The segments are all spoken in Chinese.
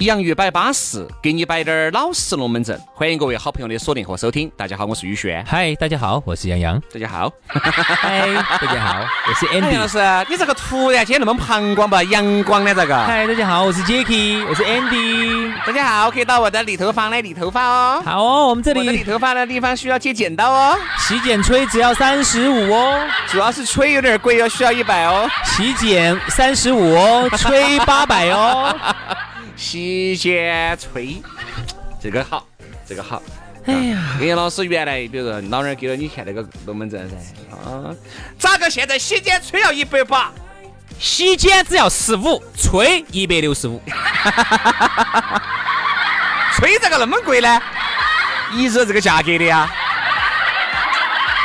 洋芋摆巴适，给你摆点儿老实龙门阵。欢迎各位好朋友的锁定和收听。大家好，我是宇轩。嗨，大家好，我是杨洋。大家好，嗨，大家好，我是哎，杨 Andy 老。师，你这个突然间那么膀胱吧，阳光呢？这个。嗨，大家好，我是 Jacky，我是 Andy。大家好，可以到我的理头房来理头发哦。好哦，我们这我的理里头发的地方需要接剪刀哦，洗剪吹只要三十五哦，主要是吹有点贵哦，需要一百哦。洗剪三十五哦，吹八百哦。 洗剪吹，这个好，这个好。哎呀，哎，老师原来，比如说老人给了你看那个龙门阵噻，啊，咋个现在洗剪吹要一百八？洗剪只要十五，吹一百六十五。 吹咋个那么贵呢？一直这个价格的呀。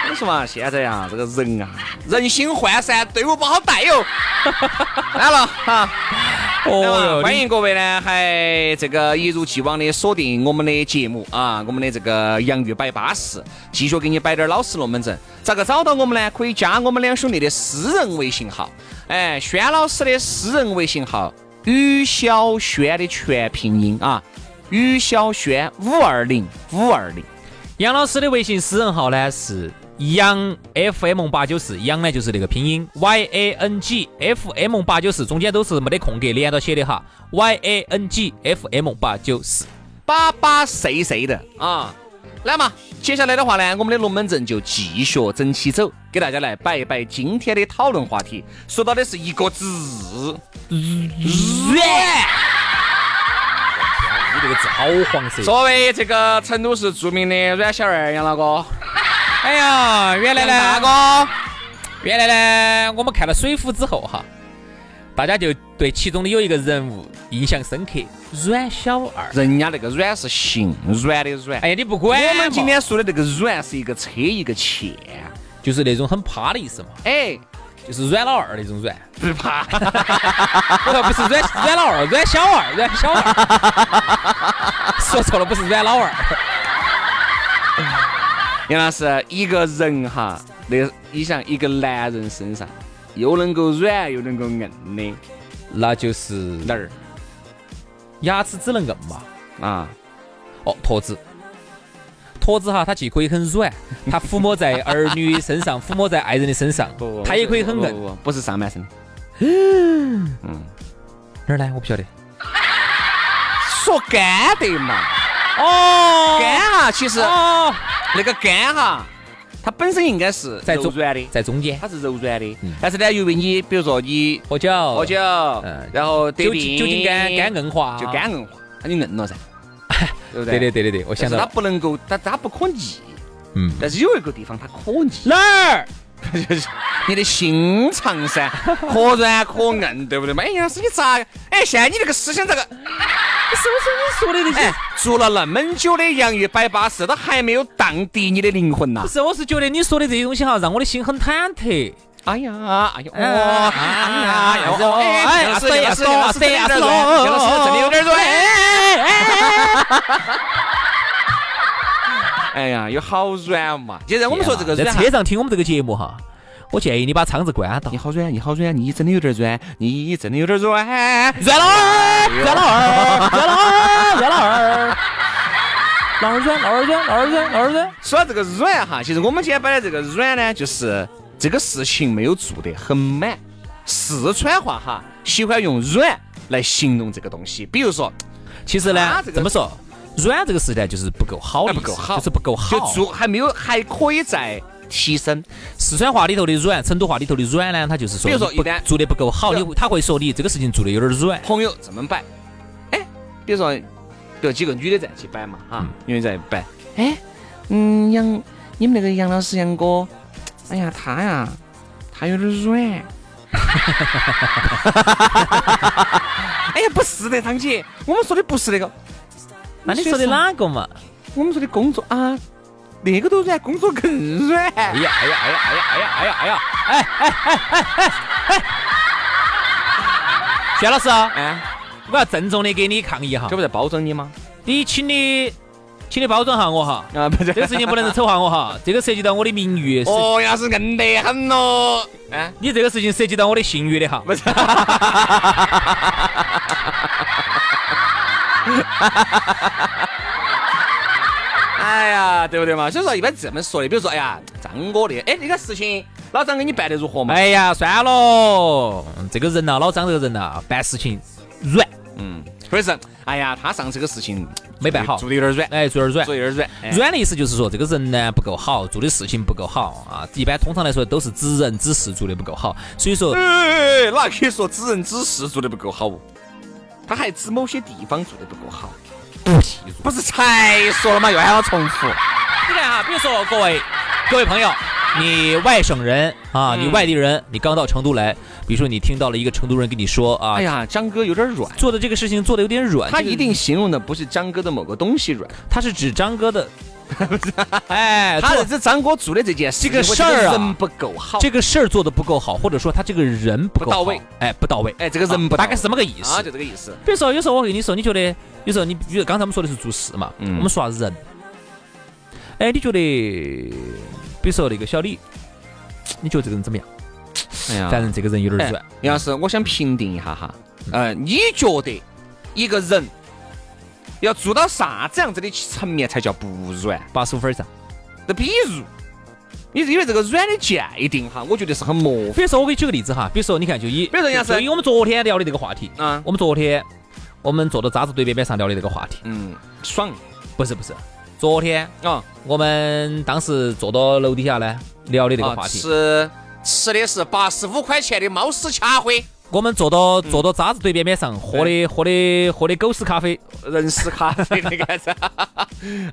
我跟你说嘛，现在啊，这个人啊，人心涣散，队伍不好带哟。 哦来了哈，来嘛，欢迎各位呢，还这个一如既往的锁定我们的节目啊，我们的这个洋芋摆巴士，继续给你摆点老实龙门阵。咋个找到我们呢？可以加我们两兄弟的私人微信号，哎，轩老师的私人微信号，于小轩的全拼音啊，于小轩五二零五二零。杨老师的微信私人号呢是杨 FM 八九四，杨呢就是那个拼音 Y A N G F M 八九四，中间都是没得空格连到写的哈，Y A N G F M 八九四。巴巴碎碎的啊。来嘛，接下来的话呢，我们的龙门阵就继续整起走，给大家来摆一摆今天的讨论话题。说到的是一个字，软。你这个字好黄色。作为这个成都市著名的阮小二杨老哥，哎呀，原来杨呢，大哥，原来呢，我们看了《水浒》之后哈，大家就对其中的有一个人物印象深刻，阮小二。人家那个软是姓阮的阮。哎呀，你不管我们今嘛天说的这个软是一个车一个欠，就是那种很趴的意思嘛，哎，就是阮老二那种 阮。不 怕。不是不是阮阮老二，阮小二，阮小 二，说错了，不是阮老二。杨老师，一个人哈，那个你想一个男人身上又能够软又能够硬的那就是哪儿牙齿只能硬嘛。啊？哦，驼子，驼子哈，它既可以很 软，它抚摸在儿女身上，抚摸在爱人的身上，它也可以很硬。不，不是上半身。哪儿呢？我不晓得。说干得嘛，哦干哈，其实哦，那个干哈，它本身应该是在柔中软的，在中间哦它是柔软的嗯。但是呢，由于你比如说你喝酒，喝喝酒嗯，然后得酒病，精酒精肝肝硬化，就肝。硬化，它就硬了 噻，对对不对对？对对对，我但想是到它了，不能够，它它不可逆，嗯，但是有一个地方它可逆。哪儿？你的心肠 噻，可软可硬，对不对嘛？哎，杨老师，你咋？哎，现在你这个思想咋个？是不是你说的那哎些？，做了那么久的洋芋摆巴士，都还没有荡涤你的灵魂呐不！是，我是觉得你说的这些东西哈，让我的心很忐忑。哎呀，哎呦，哎呀，哎呀，哎老师，哎老呀师，说杨老呀师说呀真的有点说软，杨老师真的有点软。哎呀，有好软嘛！既然我们说这个在软哈，车上听我们这个节目哈，我建议你把窗子关到你。好软，你好软，你真的有点软，你真的有点软，软老二，软老二，软老二， 软老二，老二软，老二软，老二软，老二软。说到这个软哈，其实我们今天摆的这个软呢，就是这个事情没有做得很满。四川话哈，喜欢用软来形容这个东西，比如说，其实呢它啊这，个怎么说，软这个词呢，就是不够好的还意思，不够好，就是不够好。哦就做还没有，还可以再提升。四川话里头的软，成都话里头的软呢，它就是说，比如说你不一旦做的不够好，比你如他会说你这个事情做的有点软。朋友这么摆，哎，比如说，比如几个女的在一起摆嘛，哈，因为在摆，嗯哎，嗯，杨，你们那个杨老师杨哥，哎呀，他呀，他有点软。 哎呀，不是的，堂姐，我们说的不是那个，那你说的哪个嘛？我们说的工作啊，那个都软，工作更软。哎呀哎呀哎呀哎呀哎呀哎呀哎呀！哎哎哎哎 哎！薛老师啊，哎，我要郑重的给你抗议哈啊这，不在包装你吗？你请你请你包装下我哈，啊，不这是个事情不能是丑化我哈， 这个涉及到我的名誉，是哦，要是硬得很咯。哎，你这个事情涉及到我的信誉的哈。不是。哎呀，对不对嘛？所以说一般这么说的，比如说，哎呀，张哥的，哎，那个事情，老张给你办得如何嘛？哎呀，算了，这个人呐、老张这个人呐、办事情软，嗯，或者是，哎呀，他上次个事情没办好做的有点软，哎，做点软做。得有点软，哎软的意思就是说，这个人呢不够好，做的事情不够好啊。一般通常来说都是指人指事做的不够好，所以说哎，那可以说指人指事做的不够好哦，他还指某些地方做的不够好，不是才说了嘛，又喊我重 复。你看哈，比如啊说各位各位朋友，你外省人啊，嗯你外地人，你刚到成都来，比如说你听到了一个成都人跟你说啊，哎呀，张哥有点软，做的这个事情做的有点软，他这个一定形容的不是张哥的某个东西软，他是指张哥 的，哎，他做是指张哥做的这件事情，这个事儿啊我觉得人不够好。这个事儿做的不够好，或者说他这个人不够不到好位，哎，不到位，哎，这个人不大概是这么个意意思啊，。就这个意思。比如说，有时候我跟你说，你觉得，有时候你，比如刚才我们说的是做事嘛，嗯我们说下人，哎，你觉得，比如说那个小李，你觉得这个人怎么样？哎呀反正这个人有点软，杨老师，我想评定一下哈，呃，你觉得一个人要做到啥子样子的层面才叫不软？八十五分儿以上。那比如，你因为这个软的界定哈，我觉得是很模糊。比如说，我给你举个例子哈，比如说，你看，就以，比如说杨就生以我们昨天聊的这个话题，啊，我们昨天我们坐到渣子堆边边上聊的这个话题，嗯，爽不是不是，昨天啊，我们当时坐到楼底下呢聊的这个啊话题，吃吃的是八十五块钱的猫屎掐灰，我们坐到嗯坐到渣子堆边边上喝的喝的喝的狗屎咖啡。人屎咖啡那个啥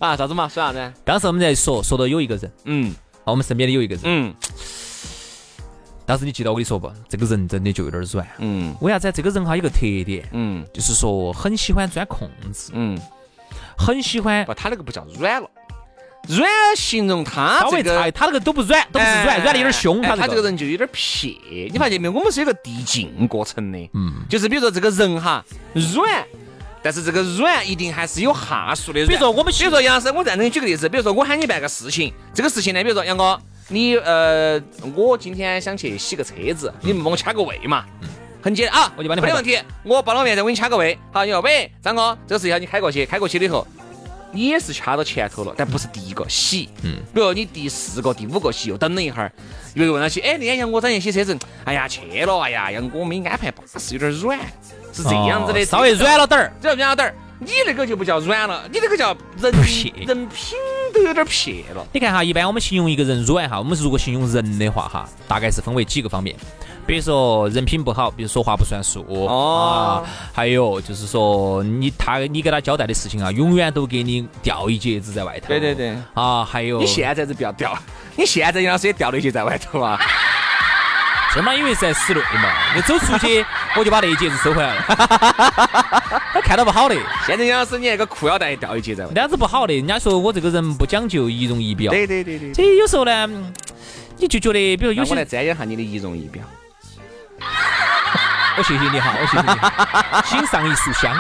啊？啥子嘛？说啥子？当时我们在说说到有一个人，嗯啊，我们身边的有一个人，嗯当时你记得我跟你说不？这个人真的就有点软。嗯为啥子？这个人哈有个特点，嗯就是说很喜欢钻空子，嗯，很喜欢不，他那个不叫软了，软形容他稍这微个差一，。他那个都不软，都不是软，哎软的有点凶。哎他他这这个个人，人就有点撇。你发现没有？我们是有个递进过程的，嗯，就是比如说这个人哈软，但是这个软一定还是有哈数的软。比如说我们比如说杨老师，我再给你举个例子，比如说我喊你办个事情，这个事情呢，比如说杨哥，你呃，我今天想去洗个车子，你们帮我掐个位嘛，很简单啊，嗯我就帮你没排得队问题，我帮老面再给你掐个位，好，你说喂，张哥，这个事情要你开过去，开过去了以后。你也是掐到前头了，但不是第一个洗。嗯，比如你第四个、第五个洗，又等了一会儿，又问他起，哎，那天杨哥找人洗车子，哎呀去了，哎呀，杨哥我们安排巴适，有点软，是这样子的，哦稍微软了点儿。只要讲到点儿，你那个就不叫软了，你那个叫人撇人品都有点撇了。你看哈，一般我们形容一个人软哈，我们如果形容人的话哈，大概是分为几个方面，比如说人品不好，比如说话不算数哦啊，还有就是说你他你给他交代的事情啊，永远都给你掉一截子在外头。对对对啊，还有你现在是不要掉，你现在杨老师也掉了一截在外头啊。这嘛，因为是在室内嘛，你走出去我就把那一截子收回来了， 我看到不好的，现在杨老师你那个裤腰带也掉一截在外头。那样子不好的，人家说我这个人不讲究仪容仪表，对对对对。这有时候呢，嗯你就觉得，比如有那些我来瞻仰下你的仪容仪表。我哦谢谢你哈，我谢谢嗯你 哈，请上一束香。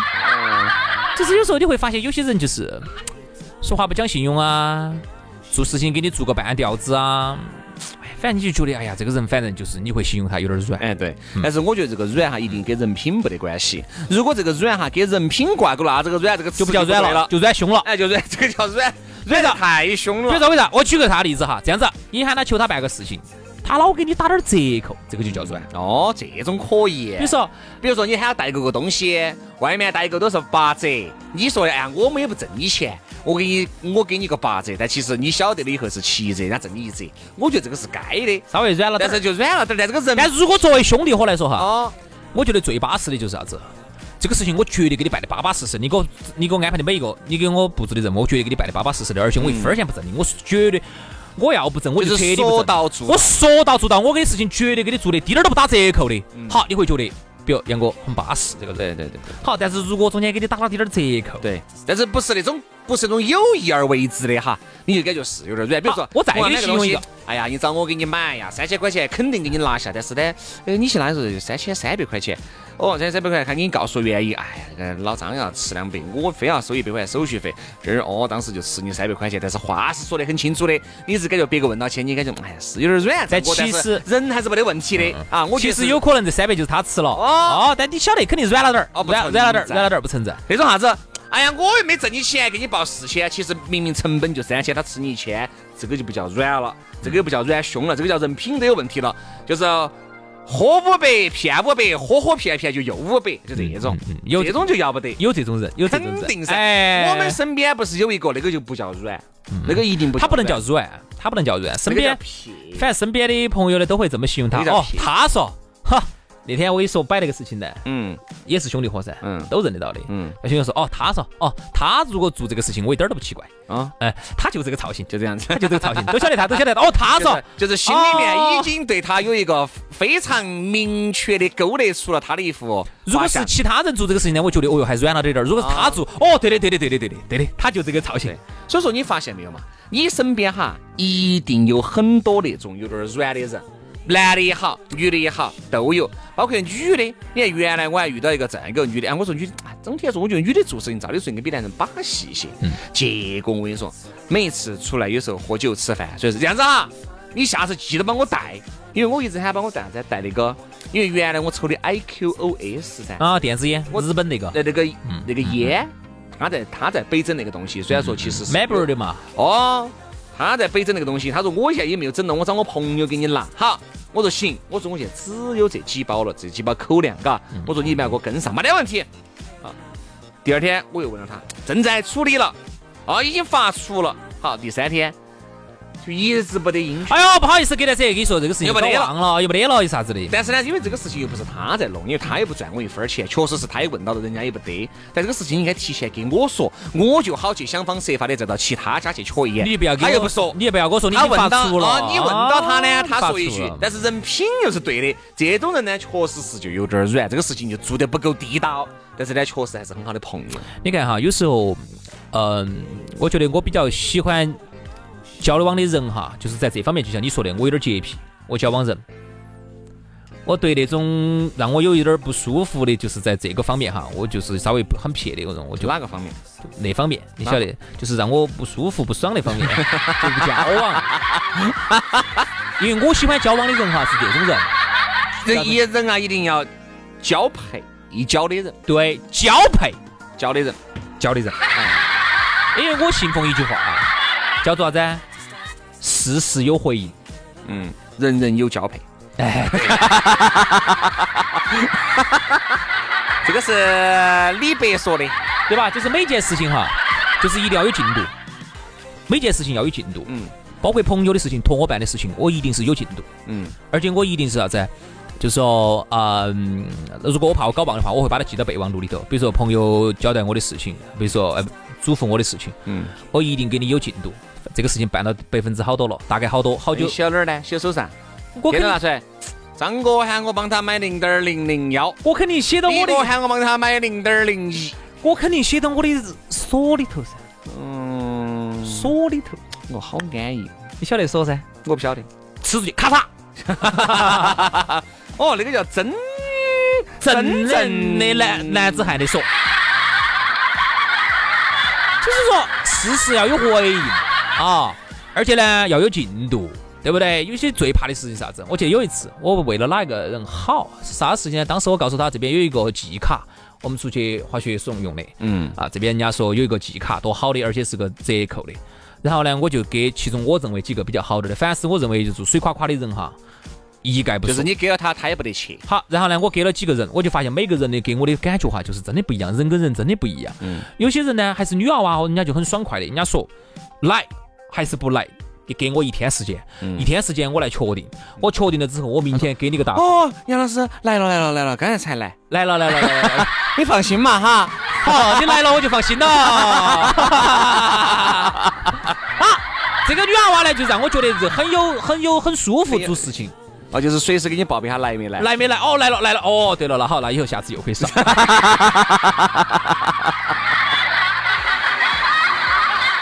就是有时候你会发现，有些人就是嗯说话不讲信用啊，做事情给你做个半吊子啊，哎反正你就觉得，哎呀，这个人反正就是你会形容他有点软。哎，对，嗯但是我觉得这个软哈一定跟人品没得关系。如果这个软哈跟人品挂钩了，那啊这个软这个词就不叫软对了，了。就软凶了。哎，就软， 这个叫软，软的太凶比如了。说为啥？我举个他的例子哈，这样子，你喊他求他办个事情，他老给你打点折扣，这个就叫软。哦，这种可以。比如说，比如说你喊代购个东西，外面代购都是八折，你说哎，我们也不挣你钱，我给你我给你个八折，但其实你晓得了以后是七折，人家挣你一折，我觉得这个是该的，稍微软了点但儿。是就软了点儿，但这个人但如果作为兄弟伙来说哈，哦，我觉得最巴适的就是啥子？这个事情我绝对给你办得巴巴适适，你给我你给我安排的每一个，你给我布置的任务，我绝对给你办得巴巴适适的，而且我一分儿钱不挣你，我是绝对。我要不挣，我就就是彻底不挣。说到做到我说到做到，我给你事情绝对给你做的，滴点儿都不打折扣的。嗯好，你会觉得，比如杨哥很巴适这个人。对对对好，但是如果中间给你打了滴点儿折扣，对，但是不是那种不是那种有意而为之的哈，你就感觉是有点软。比如说好，啊我再给你买个形容一个东西，哎呀，你找我给你买呀，三千块钱肯定给你拿下，但是呢，呃，你去那时候就三千三百块钱，哦，三千三百块钱，他给你告诉原因，哎呀，呃老张要吃两百，我非要收一百块钱手续费，这儿哦，当时就吃你三百块钱，但是话是说得很清楚的，你是感觉别个问到钱，你感觉哎呀是有点软，但我其实人还是没得问题的啊，我觉其得实是有可能这三百就是他吃了。哦哦，但你晓得肯定软了点儿，哦不软存软了点儿，在软了点儿不存在。那种啥子？哎呀，我又没挣你钱，给你报四千，其实明明成本就三千，他吃你一千，这个就不叫软了，这个又不叫软凶了，这个叫人品都有问题了，就是喝五百骗五百，喝喝骗骗就又五百，就这种，嗯嗯有这种就要不得，有这种人，有这肯种人，定噻。哎，嗯我们身边不是有一个那个就不叫软，那个一定不，他不能叫，软，他不能叫软，身那个叫边撇。反正身边的朋友呢都会这么形容他那个叫哦屁。他说，哈，那天我跟你说摆那个事情呢，嗯，也是兄弟伙噻，嗯都认得到的，嗯。那兄弟说，哦，他说，哦，他如果做这个事情，我一点儿都不奇怪，啊，哎，他就这个造型，就这样子他。就这个造型，都晓得他，都晓得 他，哦，他就说是，就是心里面哦已经对他有一个非常明确的勾勒出了他的一副哦如果画是像其他人做这个事情呢，我觉得哦哟还软了点儿点儿。如果啊是他做，哦，对的对的对的对的对的，他就这个造型。所以说你发现没有嘛？你身边哈，一定有很多那种有点儿软的人，男的也好，女的也好，都有，包括女的。你看原来我还遇到一个这样一个女的，哎，我说女的，哎整体来说，我觉得女的做事情照理说应该比男人把细些。结果我跟你说，每一次出来有时候喝酒吃饭，所以是这样子哈，你下次记得帮我带，因为我一直喊帮我带啥子啊，带那个，因为原来我抽的 IQOS 噻。啊，电子烟，我日本那个那那个那个烟，他在他在北整那个东西，虽然说其实是 m a r b o r 的嘛，哦，他在北整那个东西，他说我现在也没有整了，我找我朋友给你拿。好，我说行，我说我现在只有这几包了，这几包口粮，嘎，嗯我说你不要给我跟上，没得问题。好，第二天我又问了他，正在处理了，啊，已经发出了。好，第三天就一直没得音讯。哎呦，不好意思，给大姐跟你说这个事情又没得搞了忘了，又没得了，有啥子的？但是呢，因为这个事情又不是他在弄，因为他也不赚我一分儿钱，确实是他也问到了，人家也不得。但这个事情应该提前跟我说，我就好去想方设法的再到其他家去戳一眼。你不要给他我又不说，你也不要跟我说，你已他经问发到出了啊，你问到他啊呢，他发说一出句了，但是人品又是对的，这种人呢，确实是就有点儿软，这个事情就做得不够地道，但是呢，确实还是很好的朋友。你看哈，有时候，嗯，我觉得我比较喜欢交往的人哈，就是在这方面，就像你说的，我有点洁癖，我交往人，我对那种让我有一点不舒服的，就是在这个方面哈，我就是稍微不很撇的那种，我就就哪个方面？那方面，你啊晓得，就是让我不舒服、不爽那方面，就不交往。 因为我喜欢交往的人哈是这种人，人一人啊，一定要交配，一交的人，对交配交的人，交的人。因为我信奉一句话啊，叫做啥子啊？事事有回应。嗯，人人有交配。哎，这个是李白说的， 对吧？就是每件事情哈，就是一定要有进度，每件事情要有进度，嗯包括朋友的事情、同伙伴的事情，我一定是有进度，嗯。而且我一定是啥子？就是说，嗯，如果我怕我搞忘的话，我会把它记到备忘录里头。比如说朋友交代我的事情，比如说呃嘱咐我的事情，嗯，我一定给你有进度。这个事情办到百分之好多了，大概好多好久你，写哪儿呢？写手上，我给肯他哎拿定出来。张哥喊我帮他买零点零零幺，我肯定写到李我的哥，喊我帮他买零点零一。我肯定写到我的锁里头噻，嗯，锁里头，我好安逸，你晓得锁噻，我不晓得。吃出去咔嚓。哦，那个叫真真正的男男子汉的说，就是说事实要有回应啊，而且呢要有进度，对不对？有些最怕的事情是啥子？我记得有一次，我为了哪一个人好，是啥事情呢？当时我告诉他这边有一个季卡，我们出去滑雪时候用的。嗯啊，这边人家说有一个季卡，多好的，而且是个折扣的。然后呢，我就给其中我认为几个比较好的的，凡是我认为就是水垮垮的人哈，一概不就说。是你给了他，他也不得去。好，然后呢，我给了几个人，我就发现每个人的给我的感觉哈，就是真的不一样，人跟人真的不一样。嗯有些人呢还是女娃娃，人家就很爽快的，人家说来还是不来，给给我一天时间，一天时间我来确定。我确定了之后，我明天给你个答 复。哦，杨老师来了来了来了，刚才才来，来了来了来了来了，哦你放心嘛哈。好，你来了我就放心了。 啊，这个女娃娃呢，就让我觉得是很有很有很舒服做事情。哦，就是随时给你报备一下来没来。来没来？哦，来了来了。哦，对了，那好，那以后下次又可以上。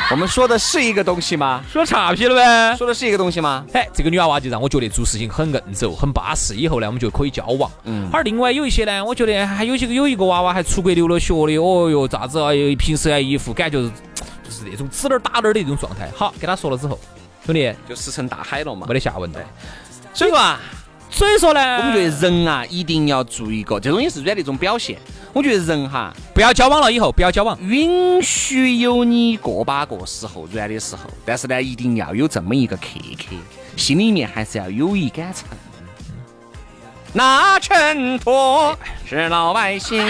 我们说的是一个东西吗？说岔皮了呗。说的是一个东西吗？哎，这个女娃娃就让我觉得做事情很硬走，很巴适。以后呢，我们就可以交往。嗯。而另外有一些呢，我觉得还有些有一个娃娃还出国留了学的，哦哟，咋子啊？又平时啊一副感觉是就是那种指哪儿打哪儿的那种状态。好，跟他说了之后，兄弟就石沉大海了嘛没。得下文了。所以说啊，所以说呢，我们觉得人啊，一定要做一个，这种也是软的一种表现。我觉得人哈，不要交往了，以后不要交往。允许有你过把过时候软的时候，但是呢，一定要有这么一个刻刻，心里面还是要有一杆秤。那秤砣是老百姓，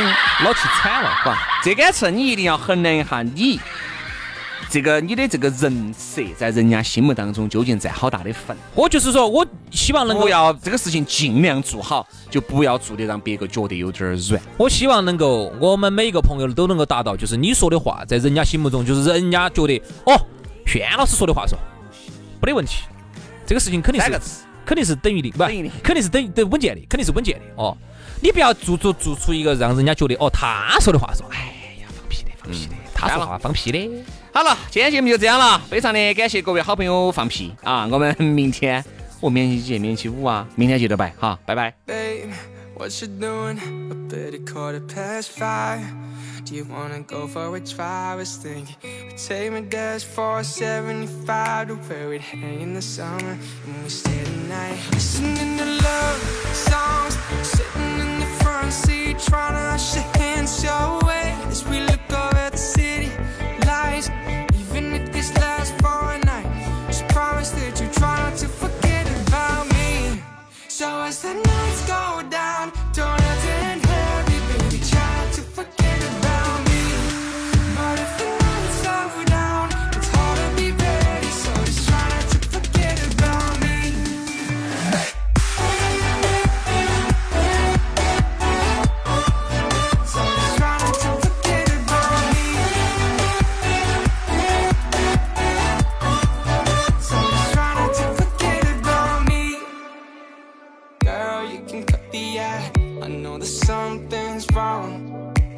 老气惨了，不，这杆秤你一定要衡量一下你这个你的这个人设在人家心目当中究竟占好大的份。我就是说，我希望能够不，要这个事情尽量做好，就不要做得让别个觉得有点儿软。我希望能够，我们每一个朋友都能够达到，就是你说的话，在人家心目中，就是人家觉得，哦，轩老师说的话说，没得问题，这个事情肯定三是个字，肯定是等于零，不等于零，肯定是等于等稳健的，肯定是稳健的哦。你不要做做做出一个让人家觉得，哦，他说的话说，哎呀，放屁的，嗯放屁的，他说的话放屁的。好了，今天节目就这样了，非常的感谢各位好朋友放屁啊！我们明天我免息见，免息五啊，明天接着拜哈，拜拜。 Babe, what you doing? A bit of quarter past five. Do you wanna go for a try? I was thinking we take my dash for 75 to where we'd hang in the summer and we stay the night. Listening to love songs, sitting in the front seat, trying to rush your hands your way as we look over the city lights. Even if this lasts for a night, just promise that you try not to forget about me. So as the nights go down, don't hesitate, hurry, baby, try to forget about me. But if the nights go down, it's hard to be ready, so just try not to forget about me. So just try not to forget about me. So just try not to forget about me. Girl, you can cut the act. I know that something's wrong.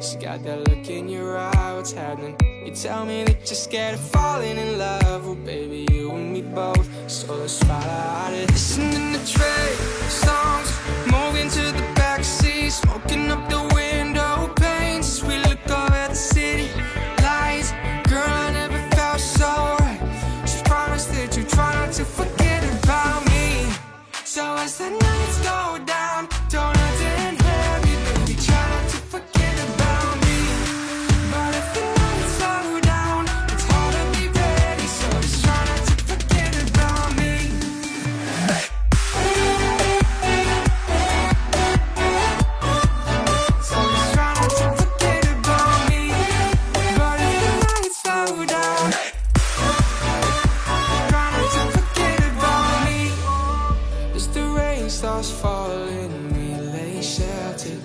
She got that look in your eye, what's happening? You tell me that you're scared of falling in love. Well, baby, you and me both. So let's try out it. Listening to Trey songs, moving to the backseat, smoking up the window panes. as We look over at the city lights. Girl, I never felt so right. She promised that you try not to forget about me. So as the nights go down, don't attend heavy, baby, try not to forget about me. But if the nights slow down, it's hard to be ready, so just try not to forget about me. So just try not to forget about me. But if the nights slow down, try not to forget about me. As the rain starts falling, we lay sheltered.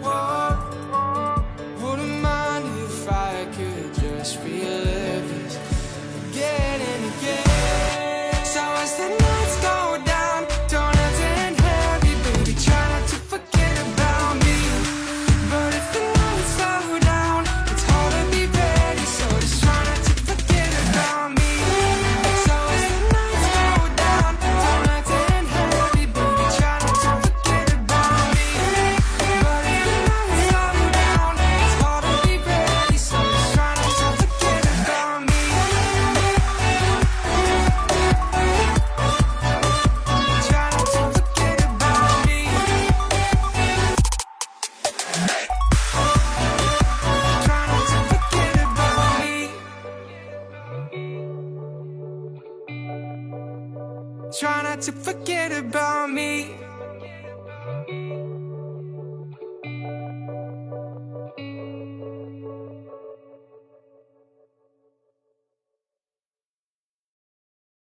Whoa, wouldn't mind if I could just relive this again and again. So as the nights go down, don't hesitate, heavy, baby, try not to forget about me. But if the nights slow down, it's hard to be ready, so just try not to forget about me. So as the nights go down, don't hesitate, heavy, baby, try not to forget about me. But if the nights slow down, it's hard to be ready, so just try not to forget. Try not to forget about me.